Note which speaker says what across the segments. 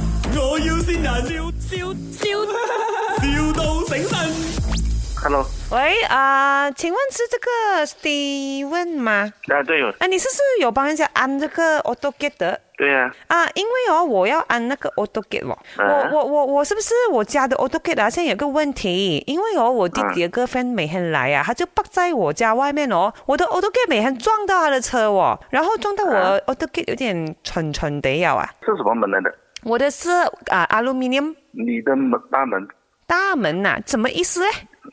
Speaker 1: 要先人，笑笑笑，,笑到醒神。
Speaker 2: Hello，
Speaker 3: 喂啊、呃请问是这个 Steven 吗？
Speaker 2: 啊，对哦
Speaker 3: 啊、，你是不是有帮人家按这个 auto get 的？
Speaker 2: 对啊，
Speaker 3: 啊，因为哦，我要按那个 auto get 哦，
Speaker 2: 啊
Speaker 3: 我我我我是不是我家的 auto get 啊？现在有个问题，因为哦，我弟弟的个 friend 每天来啊，他就绑在我家外面哦，我的 auto get 每天撞到他的车哦，然后撞到我的 auto get 有点蠢蠢的呀啊，
Speaker 2: 是什么门来的？
Speaker 3: 我的是啊 aluminium
Speaker 2: 你的门大门，
Speaker 3: 大门呐、什么意思嘞？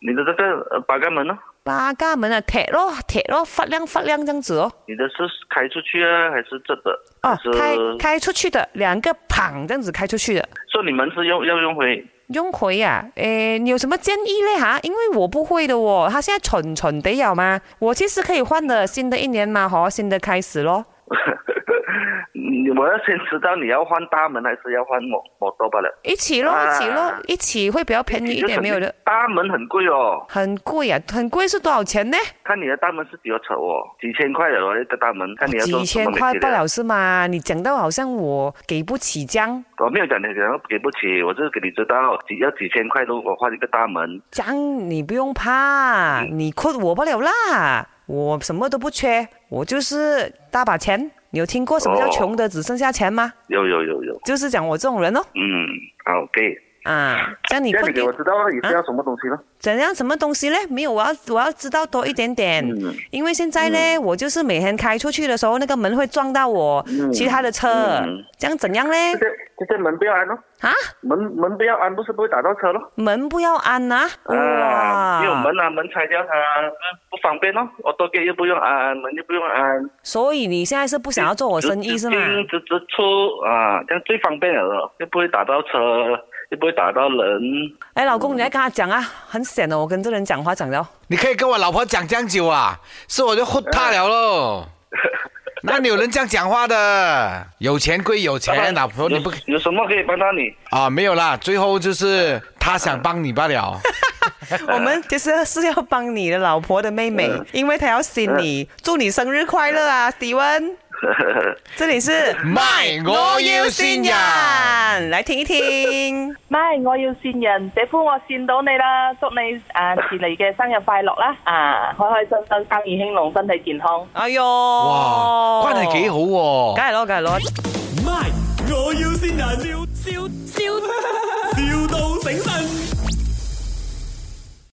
Speaker 2: 你的这个呃八嘎门呢？
Speaker 3: 八嘎门啊，铁咯铁咯，发亮发亮这样子哦。
Speaker 2: 你的是开出去啊，还是这的？还
Speaker 3: 哦
Speaker 2: 是，
Speaker 3: 开开出去的，两个旁这样子开出去的。
Speaker 2: 说你们是要要用回
Speaker 3: 用回呀、啊，诶，你有什么建议嘞哈？因为我不会的哦，他现在蠢蠢的有吗？我其实可以换的，新的一年嘛，好，新的开始咯。
Speaker 2: 你我要先知道你要换大门还是要换摩摩托罢了。
Speaker 3: 一起咯，
Speaker 2: 啊
Speaker 3: 一起咯，一起会比较便宜一点，没有的，
Speaker 2: 大门很贵哦，
Speaker 3: 很贵啊，很贵是多少钱呢？
Speaker 2: 看你的大门是比较丑哦，几千块的哦，一个大门，看你要做
Speaker 3: 几
Speaker 2: 什
Speaker 3: 千
Speaker 2: 么
Speaker 3: 块
Speaker 2: 美
Speaker 3: 不
Speaker 2: 的。
Speaker 3: 了是吗？你讲到好像我给不起这样，
Speaker 2: 我没有讲你给给不起，我就是给你知道几要几千块，如果换一个大门，
Speaker 3: 这样你不用怕，你困我不了啦，我什么都不缺，我就是大把钱。你有听过什么叫
Speaker 2: 哦
Speaker 3: 穷的只剩下钱吗？
Speaker 2: 有有有有，
Speaker 3: 就是讲我这种人哦。
Speaker 2: 嗯，好，给，
Speaker 3: 啊，这样你啊
Speaker 2: 这样
Speaker 3: 会
Speaker 2: 你给我知道你是要什么东西了。
Speaker 3: 怎样什么东西呢？没有，我要我要知道多一点点，
Speaker 2: 嗯
Speaker 3: 因为现在呢，我就是每天开出去的时候，那个门会撞到我、其他的车，
Speaker 2: 嗯
Speaker 3: 这样怎样呢？
Speaker 2: 这些这些门不要安哦，
Speaker 3: 啊，
Speaker 2: 门门不要安，不是不会打到车咯。
Speaker 3: 门不要安呐、
Speaker 2: 啊，
Speaker 3: 哇，
Speaker 2: 没有门啊，门拆掉它不不方便哦。我多给又不用安，门又不用安。
Speaker 3: 所以你现在是不想要做我生意是吗？
Speaker 2: 直直出啊，这样最方便了咯，又不会打到车，又不会打到人。
Speaker 3: 哎，老公，你来跟他讲啊，很险哦，我跟这人讲话讲到，
Speaker 4: 你可以跟我老婆讲这样久啊，是我就混他了喽。哪里有人这样讲话的？有钱归有钱，老婆你不
Speaker 2: 有有什么可以帮到你？
Speaker 4: 啊？没有啦，最后就是他想帮你罢了。
Speaker 3: 我们其实是要帮你的老婆的妹妹，因为她要信你，祝你生日快乐啊，史蒂文。这里是
Speaker 4: My，我要線人
Speaker 3: 来听一听。
Speaker 5: 咪，我要善人，姐夫我善到你啦，祝你啊遲嚟嘅生日快樂啦，啊開開心心，生意興隆，身體健康。
Speaker 3: 哎呦，
Speaker 4: 哇，
Speaker 3: 哇
Speaker 4: 關係幾好，啊喎、
Speaker 3: 梗係咯，梗係咯。
Speaker 1: My，我要先人，笑笑笑，,笑到醒神。